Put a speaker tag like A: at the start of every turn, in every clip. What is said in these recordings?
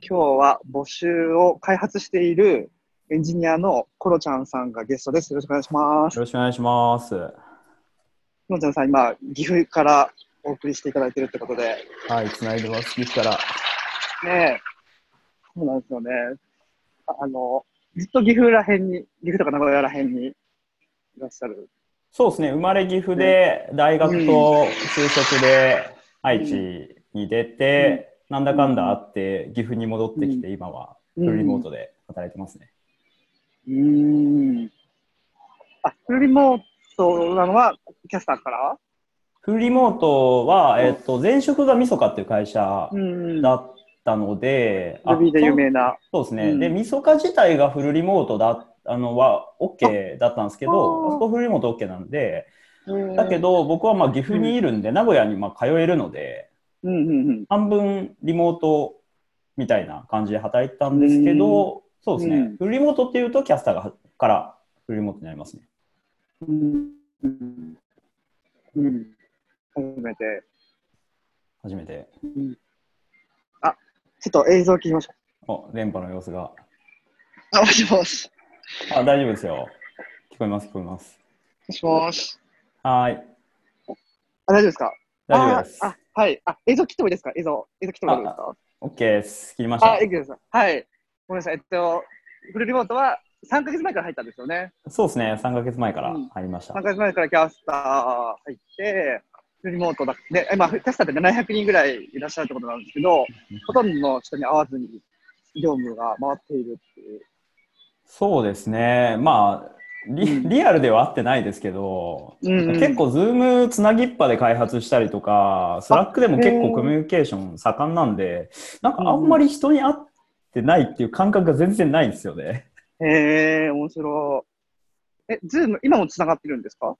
A: 今日は募集を開発しているエンジニアのコロちゃんさんがゲストです。よろしくお願いします。
B: よろしくお願いします。は
A: コロちゃんさん、今、岐阜からお送りしていただいてるってことで、
B: い、つないでます。岐阜から。
A: ねえ、そうなんですよね。ああの、ずっと岐阜らへんに、岐阜とか名古屋らへんにいらっしゃる。
B: そうですね、生まれ岐阜で、大学と就職で愛知に出て、なんだかんだあって、岐阜に戻ってきて、今は
A: うん
B: フルリモートで働いてますね。
A: うーん。あ、フルリモートなのは、キャスターから
B: フルリモート
A: う
B: は、
A: ん
B: えっと、前職がみそかっていう会社
A: うん。
B: だったので、あ
A: Ruby で有名な。
B: そうです
A: う
B: ね。
A: ん
B: で、みそか自体がフルリモートだあのは OK だったんですけど、
A: あ
B: あそこフルリモート OK なんで、だ
A: だ
B: け、ど僕はまあ岐阜にいるんで、名古屋にまあ通えるので、
A: うんうんうん。
B: 半分リモートみたいな感じで働いてたんですけど、そうですね、
A: うん
B: フルリモートっていうとキャスターがからフルリモートになりますね。
A: うん。うん。初めて。
B: 初めて。
A: ちょっと映像聞きましょ
B: お、電波の様子が。
A: う。あ、もしもし。
B: あ、大丈夫ですよ。聞こえます、聞こえます。
A: もしもし。
B: はーい。
A: あ、大丈夫ですか
B: 大丈夫です。
A: ああ、はい。あ、映像切ってもいいですか映像、映像切ってもいいですか
B: OK です。切りまし
A: あ、
B: た
A: い。いですかはい。ごめんなさい。えっと、フルリモートは3ヶ月前から入ったんですよね。
B: そうですね、3ヶ月前から
A: うん
B: 入りました。
A: 3ヶ月前からキャスター入って、フルリモートだ。で、今、キャスターって700人ぐらいいらっしゃるってことなんですけど、ほとんどの人に会わずに業務が回っているっていう。
B: そうですね、まあリ、リアルではあってないですけど、
A: うんうん
B: 結構、ズームつなぎっぱで開発したりとか、スラックでも結構コミュニケーション盛んなんで、なんかあんまり人に会ってないっていう感覚が全然ないんですよね。
A: へえ、面白い。え、ズーム、今もつながってるんですか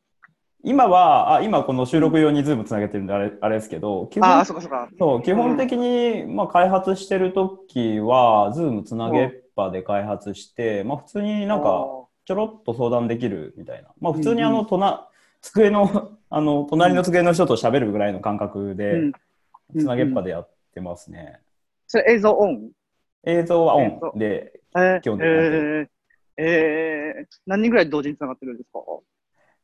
B: 今は、あ今この収録用にズームつなげてるんであれあれですけど、基
A: ああ、
B: 本
A: そっかそっか。
B: そう基本的に、まあ、開発してる時は、ズームつなげっぱで開発して、まあ、普通になんか、ちょろっと相談できるみたいな。まあ普通にあ
A: うん
B: の、とな、机の、あの、隣の机の人と喋るぐらいの感覚
A: あー、う
B: で
A: ん、、うん
B: つなげっぱでやってますね。
A: それ映像オン
B: 映像はオン
A: えっと
B: で、
A: えー、
B: 基本的に
A: えーえー何人ぐらい同時につながってるんですか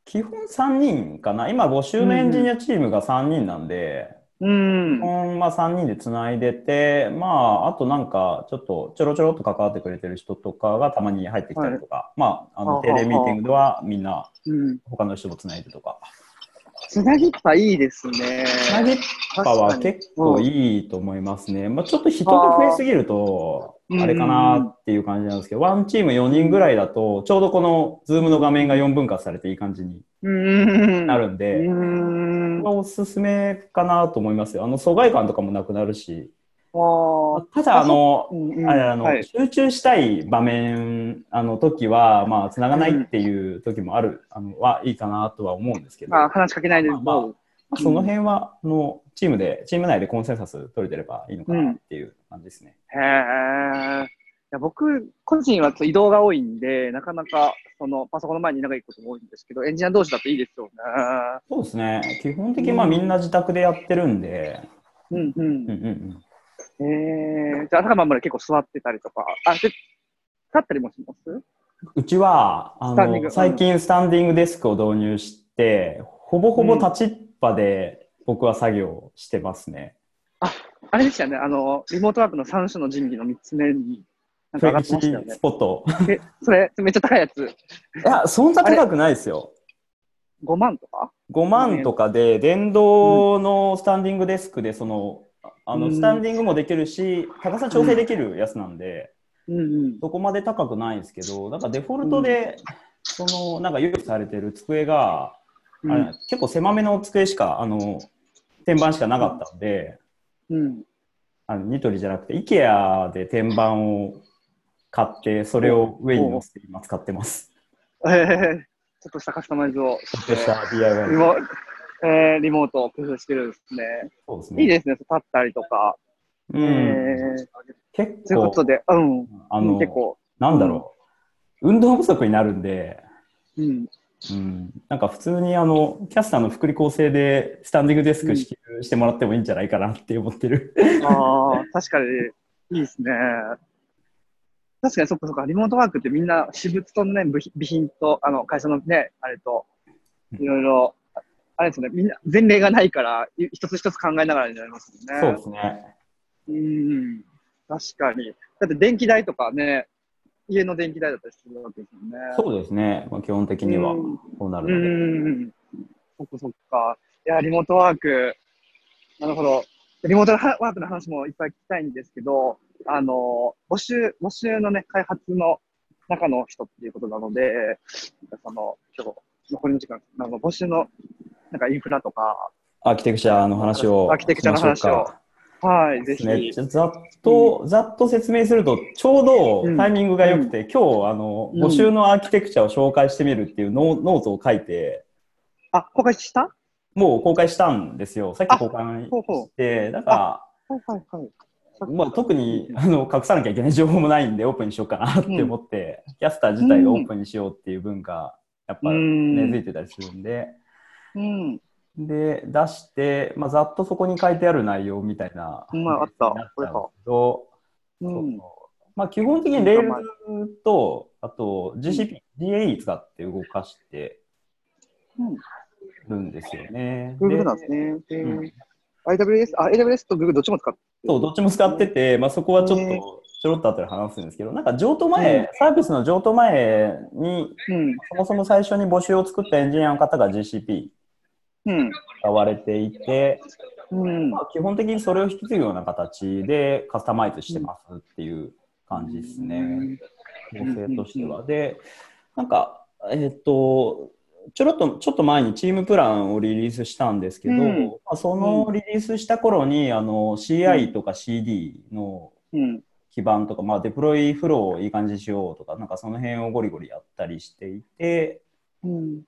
B: 基本3人かな。今5周のエンジニアチームが3人なんで、
A: うん。
B: 基本まあ3人でつないでて、まああとなんかちょっとちょろちょろっと関わってくれてる人とかがたまに入ってきたりとか、まああ
A: はあは
B: の
A: あ
B: 定例ミーティングではみんな
A: うん。
B: 他の人もつないでとか。
A: つなぎっぱいいですね。
B: つなげっ
A: 確
B: パ
A: か
B: は
A: に
B: 結構いいと思いますね。まあ、ちょっと人が増えすぎると、
A: あー
B: あれかなっていう感じなんですけど、ワンチーム4人ぐらいだと、ちょうどこの Zoom の画面が4分割されていい感じに
A: うん。
B: なるんで、
A: うん。
B: これはおすすめかなと思いますよ。あの、疎外感とかもなくなるし、
A: わー
B: ただ、あの、
A: うんうん
B: あれあの、
A: はい
B: 集中したい場面、あの時は、まあ、繋がないっていう時もある、あの、はいいかなとは思うんですけど、
A: まあ、話しかけないですけど、
B: まあままあその辺は、あのチームで、チーム内でコンセンサス取れてればいいのかなっていう感じですね。
A: へえ。いや僕、個人はちょっと移動が多いんで、なかなかそのパソコンの前に長いことも多いんですけど、エンジニア同士だといいですよね。
B: そうですね。基本的にまあ
A: うん
B: みんな自宅でやってるんで、
A: うん
B: うんうんうん。
A: うん。えー、じゃあ、朝晩まで結構座ってたりとか、あ、で立ったりもします
B: うちは、あ
A: スタンディング
B: の、最近スタンディングデスクを導入して、ほぼほぼ立ちっぱで僕は作業してますね。
A: あれでしたよね、あの、リモートワークの3種の神器の3つ目に、なん
B: フ
A: か上が
B: レ
A: っ
B: キ
A: てましたよ
B: シス
A: ね。
B: ポット。
A: え、それ、めっちゃ高いやつ、
B: いや、そんな高くないですよ。
A: 5万とか
B: 5万とかで、電動のスタンディングデスクで、その、あ
A: う
B: の、
A: ん
B: スタンディングもできるし、高さ調整できるやつなんで、
A: うんうん。
B: そこまで高くないんですけど、なんかデフォルトで、その、なんか用意されてる机が、
A: う
B: あれ
A: ん。
B: 結構狭めの机しか、あの、天板しかなかったんで、
A: うん、
B: あのニトリじゃなくて、IKEA で天板を買って、それを上に乗せて今使ってます。
A: えー、ちょっとしたカスタマイズを
B: ちょっ
A: し
B: と
A: て
B: し、た DIY
A: リモ,、えー、リモートを工夫してるんですね。
B: そうです
A: いい
B: ね。
A: ですね、立ったりとか。
B: う
A: え
B: ん。
A: ー
B: 結
A: というこ
B: 構
A: と、で、うん、
B: あの
A: 結、構、
B: なんだろう、運動不足になるんで、
A: うん、
B: うん、なんか普通にあの、キャスターの福利厚生で、スタンディングデスク支給してもらってもいいんじゃないかなって思ってる。
A: ああ、確かに、いいですね。確かにそっかそっか、リモートワークってみんな私物とね、部品備品と、あの、会社のね、あれと、いろいろ、あれですよね、みんな前例がないから、い一つ一つ考えながらになりますもんね。
B: そうですね。
A: うん、確かに。だって電気代とかね、家の電気代だったりするわけですもんね。
B: そうですね。まあ、基本的には
A: うん
B: こうな
A: う
B: るので。
A: ん。そっかそっか。いや、リモートワーク、なるほど。リモートワークの話もいっぱい聞きたいんですけど、あの、募集、募集のね、開発の中の人っていうことなので、なんかその、今日、残りの時間、あの募集の、なんかインフラとか、
B: アーキテクチャの話を
A: アーキテクチャの
B: しましょうか
A: 話はい、ぜひ。
B: ね、じゃざっと、ざっと説明すると、ちょう
A: うん
B: どタイミングが良くて、今日、あの、
A: うん
B: 募集のアーキテクチャを紹介してみるっていうノノートを書いて、
A: あ、公開したは
B: もう公開したんですよ。さっき公開
A: ほうほう
B: して、だか
A: いはいはい。
B: ら、まあ、特にあの隠さなきゃいけない情報もないんで、オープンにしようかなって思って、キャスター自体がオープンにしようっていう文化、やっぱ
A: うん
B: 根付いてたりするんで、
A: うん。
B: で、出して、まあ、ざっとそこに書いてある内容みたいな。
A: うんあった
B: なちゃうんですけど
A: う
B: そ
A: ん。
B: うまあ、基本的に Rails と、あと GCP、DAE 使って動かして
A: うん
B: るんですよね。
A: Google
B: で
A: なんですね。で
B: うん
A: AWS、あ、AWS と Google どっちも使って
B: そう、どっちも使ってて、まあ、そこはちょっ
A: ね
B: とちょろっと後で話すんですけど、なんか譲渡
A: うん
B: 前、サービスの譲渡前に、
A: うん。
B: そもそも最初に募集を作ったエンジニアの方が GCP
A: うん。
B: 使われていて、
A: うん。
B: まあ、基本的にそれを引き継ぐような形でカスタマイズしてますっていう感じですね、構成としては。で、なんか、えっと、ちょろっと、ちょっと前にチームプランをリリースしたんですけど、
A: うん
B: まあ、そのリリースした頃に、あの、CI とか CD の
A: うん。
B: 基盤とか、まあ、デプロイフローをいい感じにしようとか、なんかその辺をゴリゴリやったりしていて、
A: うん。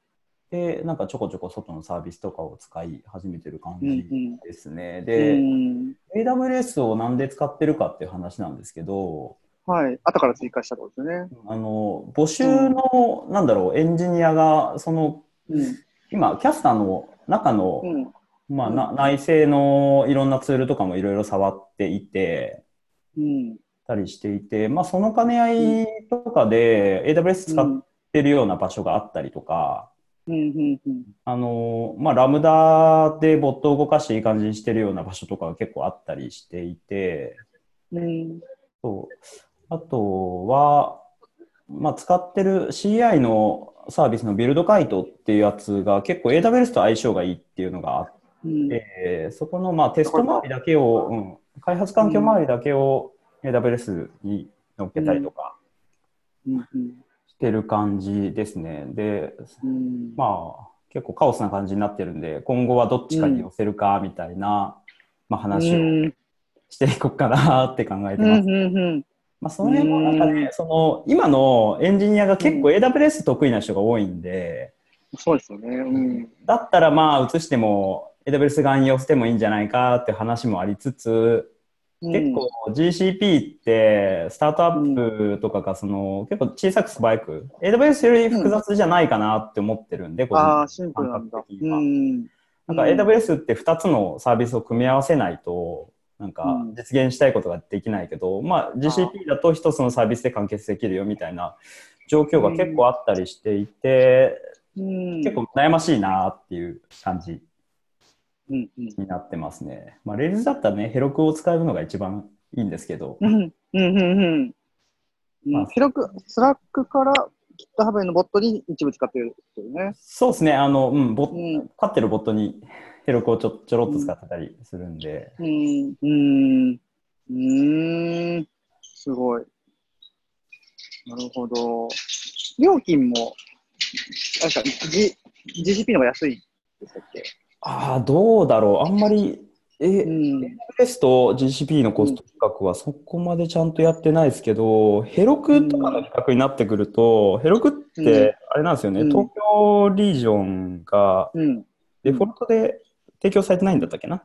B: で、なんかちょこちょこ外のサービスとかを使い始めてる感
A: う
B: じ
A: ん。
B: ですね。
A: う
B: で、
A: ん。
B: AWS をなんで使ってるかっていう話なんですけど、
A: はい。後から追加したってことですよね。
B: あの募集の、なんだろうエンジニアがその今キャスターの中の、
A: うん。うん。
B: まあ、な内製のいろんなツールとかもいろいろ触っていて
A: うん。
B: たりしていて、まあ、その兼ね合いとかで、AWS 使ってるような場所があったりとか、
A: うん。うん。うん。
B: あのまあ、ラムダでボットを動かしていい感じにしてるような場所とかが結構あったりしていて。
A: うん。
B: そう。あとは、まあ、使ってる CI のサービスのビルドカイトっていうやつが結構 AWS と相性がいいっていうのがあっ
A: うん。
B: て、そこのまあテスト周りだけを、うん、開発環境周りだけを AWS に乗っけたりとか
A: うん。
B: してる感じですね。で、
A: うん。
B: まあ、結構カオスな感じになってるんで、今後はどっちかに寄せるかみたいな、まあ、
A: う
B: 話を
A: ん。
B: していこうかなって考えて
A: う
B: ます。
A: ん。うん。
B: まあ、その辺もなんか
A: うん
B: ね、その今のエンジニアが結構
A: う
B: AWS 得意な人が多いんで、
A: そうですよね。うん。
B: だったらまあ移しても AWS 側に寄せてもいいんじゃないかって話もありつつ、結構 GCP ってスタートアップとかがその結構小さく素早く、AWS より複雑じゃないかなって思ってるんで、個人的に
A: ああ、シンプルなんだ。うん。
B: なんか AWS って2つのサービスを組み合わせないと、なんか
A: うん
B: 実現したいことができないけど、まあ GCP だと1つのサービスで完結できるよみたいな状況が結構あったりしていて、
A: うん。
B: 結構。悩ましいなっていう感じ
A: うん。うん。
B: になってますね。まあ Rails だったらね、ヘロクを使うのが一番いいんですけど、
A: うんうんうんうん
B: ま
A: う
B: あ
A: ん。広く、スラックから GitHub へのボットに一部使ってるっていうね。
B: そうですね、あの、うん、ボ
A: う
B: ッ
A: ん。
B: 飼ってるボットにヘロクをちょちょろっと使ってたりするんで、
A: うん。うん。うーん。すごい。なるほど。料金も、あれですか、G、GCP の方が安いでしたっけ
B: ああ、どうだろう、あんまり、え、
A: うん。
B: AWS と GCP のコスト比較はそこまでちゃんとやってないですけど、ヘロクとかの比較になってくると、ヘロクっ
A: うん
B: てあれなんですよね、
A: うん
B: 東京リージョンが
A: うん。
B: デフォルトで提供されてないんだったっけな。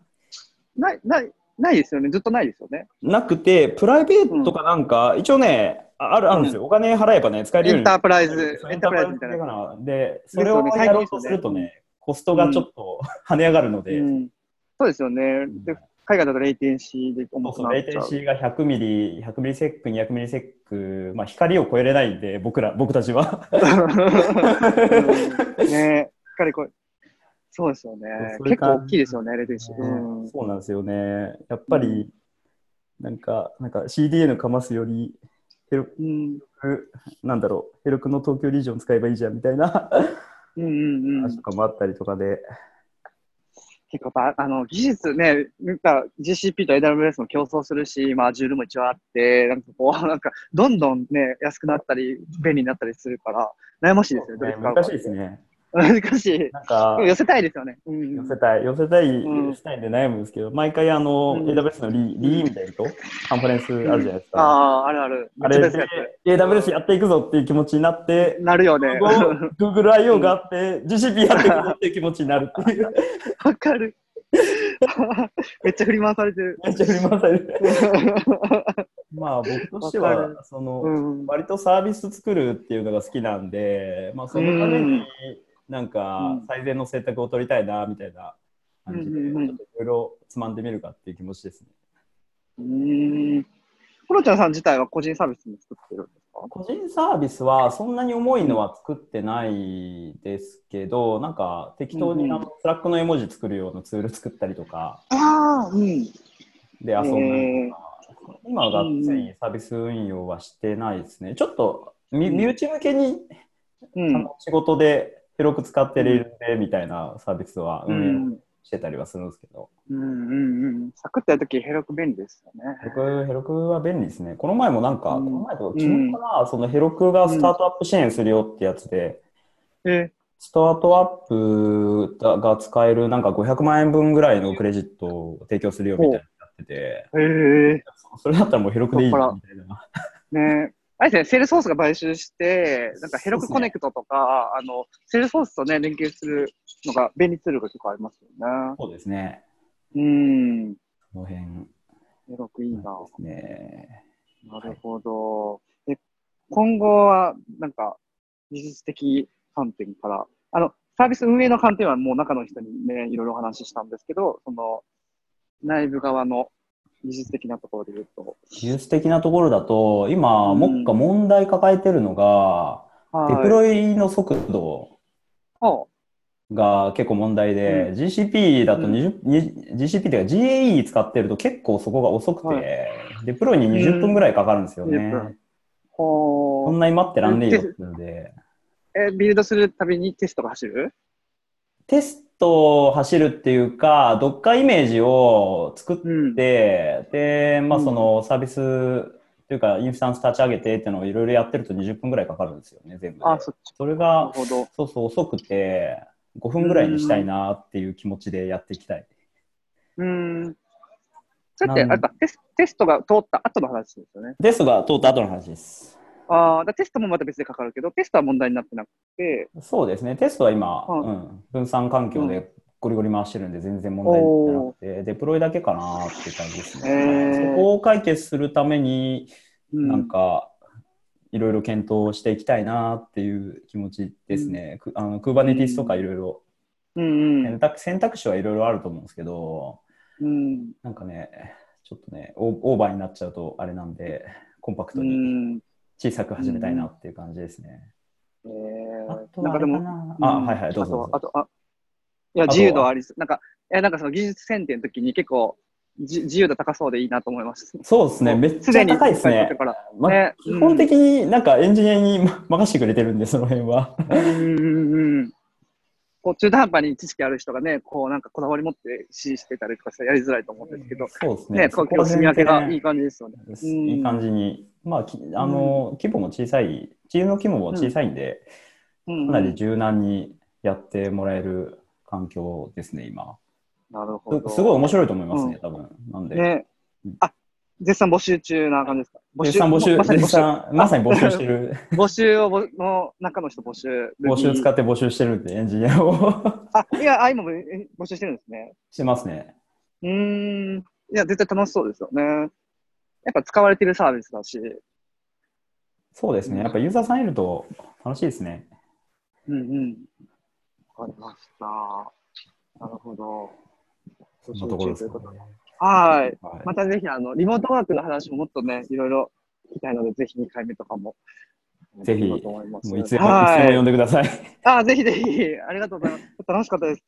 A: ない、ない、ないですよね。ずっとないですよね。
B: なくて、プライベートかなんか、一応ね、ああるあるんですよ、お金払えばね、使える
A: エ
B: よ
A: ン
B: うに
A: タープライズ、エ
B: エン
A: ンター
B: タープ
A: プ
B: ラ
A: ラ
B: イ
A: イ
B: ズ
A: ズ
B: み
A: み
B: た
A: た
B: い
A: いな。
B: なかな。で、そ
A: よね
B: れを
A: 最近
B: やろ
A: で
B: う
A: すよね
B: とするとね、コストがちょっと跳ね上がるので、
A: うんそうですよね。で
B: うん、
A: 海外だとレイテンシーで重く
B: そうそ
A: な
B: う、
A: っ
B: レイテ
A: ちゃ
B: ン
A: う。
B: シーが100ミリ、100ミリセック、200ミリセック、まあ、光を超えれないんで、僕ら、僕たちは。
A: うんねえ、しっかりこう。そうですよね
B: そう。い
A: 結
B: う
A: 構
B: 感じ
A: 大きいですよね、レイテンシー。うん
B: そうなんですよね。やっぱり、なんか、なんか CDN かますより、ヘロ
A: うん。
B: ク、なんだろう、ヘロクの東京リージョン使えばいいじゃんみたいな
A: うんうんうん。
B: 話とかもあったりとかで、
A: 結構やっぱ、あの、技術ね、なんか GCP と AWS も競争するし、まあ、Azure も一応あって、なんかこう、 なんか、どんどんね、安くなったり、便利になったりするから、悩ましいですよね、どれ使うか
B: 難しいですね。
A: 難しい。で
B: なんか
A: も、寄せたいですよね。うん
B: 寄せたい、寄せたい、
A: うん
B: したいんで悩むんですけど、毎回あの、
A: うん
B: AWS のリー、リーみたいなと、カンファレンスあるじゃないです
A: あ
B: か。
A: あ、あるある。
B: あ
A: め
B: れ
A: っちゃ大好きなや
B: で、AWS やっていくぞっていう気持ちになって
A: つ、なるよね。
B: GoogleIO があって、GCP やっていくぞっていう気持ちになるっていう、
A: わかる。 めっちゃ振り回されてる。
B: めっちゃ振り回される。まあ僕として
A: わか
B: は
A: る
B: その、
A: うん
B: 割とサービス作るっていうのが好きなんで、まあ、そのため
A: う
B: に
A: ん
B: なんか
A: うん
B: 最善の選択を取りたいなみたいな感じで
A: うんうんうん
B: ちょっといろいろつまんでみるかっていう気持ちですね。
A: うーん。コロちゃんさん自体は個人サービスも作ってるんですか
B: 個人サービスはそんなに重いのは作ってないですけどなんか適当にあ
A: うん
B: のスラックの絵文字作るようなツール作ったりとか
A: ああ、うん。
B: で遊んだりとか、今はがっつりサービス運用はしてないですね。ちょっと身身内向けに
A: う
B: あ
A: ん。
B: の仕事で広く使ってレールでみたいなサービスは
A: う
B: 運用
A: ん
B: してたりはするんですけど、
A: うんうんうん。サクッとやるとき、ヘロク便利ですよね。
B: ヘロクヘロクは便利ですね。この前もなんか、
A: うん
B: この前とか
A: うん
B: 昨日かな、そのヘロクがスタートアップ支援するよってやつで、
A: え
B: スタートアップが使えるなんか500万円分ぐらいのクレジットを提供するよみたいなのやってて、
A: ええ
B: それだったらもうヘロクでいいじゃんみたいな。
A: えねあれですね、セールソースが買収して、なんかヘロク
B: そ
A: コ
B: うですね
A: ネクトとか、あの、セールソースとね、連携するのが便利ツールが結構ありますよね。
B: そうですね。
A: うん。
B: この辺
A: ヘロクいいな。
B: ですね。
A: なるほど。え今後は、なんか、技術的観点から、あの、サービス運営の観点はもう中の人にね、いろいろお話ししたんですけど、その、内部側の技術的なところで言うと、
B: 技術的なところだと、今、
A: うん
B: 目下問題抱えてるのが、
A: はい
B: デプロイの速度
A: あ
B: が結構問題で、
A: う
B: GCP だと
A: うん
B: 20、に GCP っていうか GAE 使ってると結構そこが遅くて、
A: は
B: デプロイに20分ぐらいかかるんですよ
A: う
B: ね
A: ん。20
B: こ
A: ほ
B: ん
A: う
B: なに待ってらんねえよってので。
A: え、ビルドするたびにテストが走る
B: テストを走るっていうか、どっかイメージを作っ
A: うん。
B: で、で、まあ
A: うん
B: そのサービスというかインスタンス立ち上げてっていうのをいろいろやってると20分ぐらいかかるんですよね、全部で。
A: あ、そっち。
B: そ
A: な
B: れ
A: る
B: が、
A: ほど。
B: そうそう、遅くて、5分ぐらいにしたいなっていう気持ちでやっていきたい。
A: うん。それって、あ
B: な
A: れ
B: ん
A: かテステストが通った後の話ですよね。
B: テストが通った後の話です。
A: ああ、だからテストもまた別でかかるけど、テストは問題になってなくて、
B: そうですね、テストは今、
A: はい
B: うん、分散環境でゴリゴリ回してるんで全然問題になってなくて、デプロイだけかなっていう感じですね。
A: へー
B: そこを解決するために、
A: うん
B: なんか、いろいろ検討していきたいなっていう気持ちですね。くあの Kubernetes とかいろいろ
A: うんうん
B: 選。択選択肢はいろいろあると思うんですけど、
A: うん。
B: なんかね、ちょっとね、オオーバーになっちゃうとあれなんで、コンパクト
A: う
B: に
A: ん。
B: 小さく始めたいなっていう感じですね。
A: え
B: あ
A: ー、
B: と
A: なん
B: はあ
A: かで
B: れ
A: も、
B: かな
A: うん
B: あ、はいはい、どうぞどうぞ
A: あと、あとあいや、
B: あとは
A: 自由度はありそう。なんか、え、なんかその技術選定の時に結構、じ自由度高そうでいいなと思いました。
B: そうですね、めっちゃ高いですね。
A: から。
B: ま
A: ね
B: 基本的になんかエンジニアにま任せてくれてるんで、その辺は。
A: うんうんうん。こう中途半端に知識ある人がね、こうなんかこだわり持って支持してたりとかしてやりづらいと思うんですけど、
B: そうですね。
A: ね、こう今日住み分けがいい
B: い
A: 感じですよね。うん
B: いい感じに。まあ、きあの、規模も小さい、チームの規模も小さいんで、
A: うん
B: かなり柔軟にやってもらえる環境ですね、今。
A: なるほど。
B: すすごい面白いと思いますね、
A: う
B: 多分。なんで。
A: ね。あ、絶賛募集中な感じですか
B: 絶賛募集、
A: まさに
B: 絶
A: 募集
B: 賛、まさに募集し てる、
A: 募集をぼの中の人募集。
B: 募集使
A: っ
B: って募集してるんで、エンジニアを
A: あ、いや、あ、今もえ募集してるんですね。
B: してますね。
A: うーん。いや、絶対楽しそうですよね。やっぱ使われてるサービスだし。
B: そうですね。やっぱユーザーさんいると楽しいですね。
A: うんうん。わかりました。なるほど。
B: そんなところで
A: 募集中と
B: すか
A: いうこと
B: ね。
A: はい。
B: はい
A: またぜひ、あの、リモートワークの話ももっとね、いろいろ聞きたいので、ぜひ2回目とかも。
B: ぜひ
A: やろうと思います
B: もういつでも、いつでも
A: は
B: 呼
A: い。
B: んでください。
A: あ、ぜひぜひ、ありがとうございます。楽しかったです。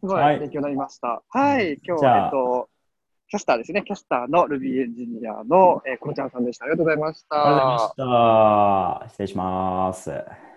A: すごい
B: はい
A: 勉強になりました。はい。今日
B: じゃ
A: は
B: あ、
A: えっと、キャスターですね。キャスターの Ruby エンジニアの、えー、このちゃんさんでした。ありがとうございました。
B: ありがとうございました。失礼します。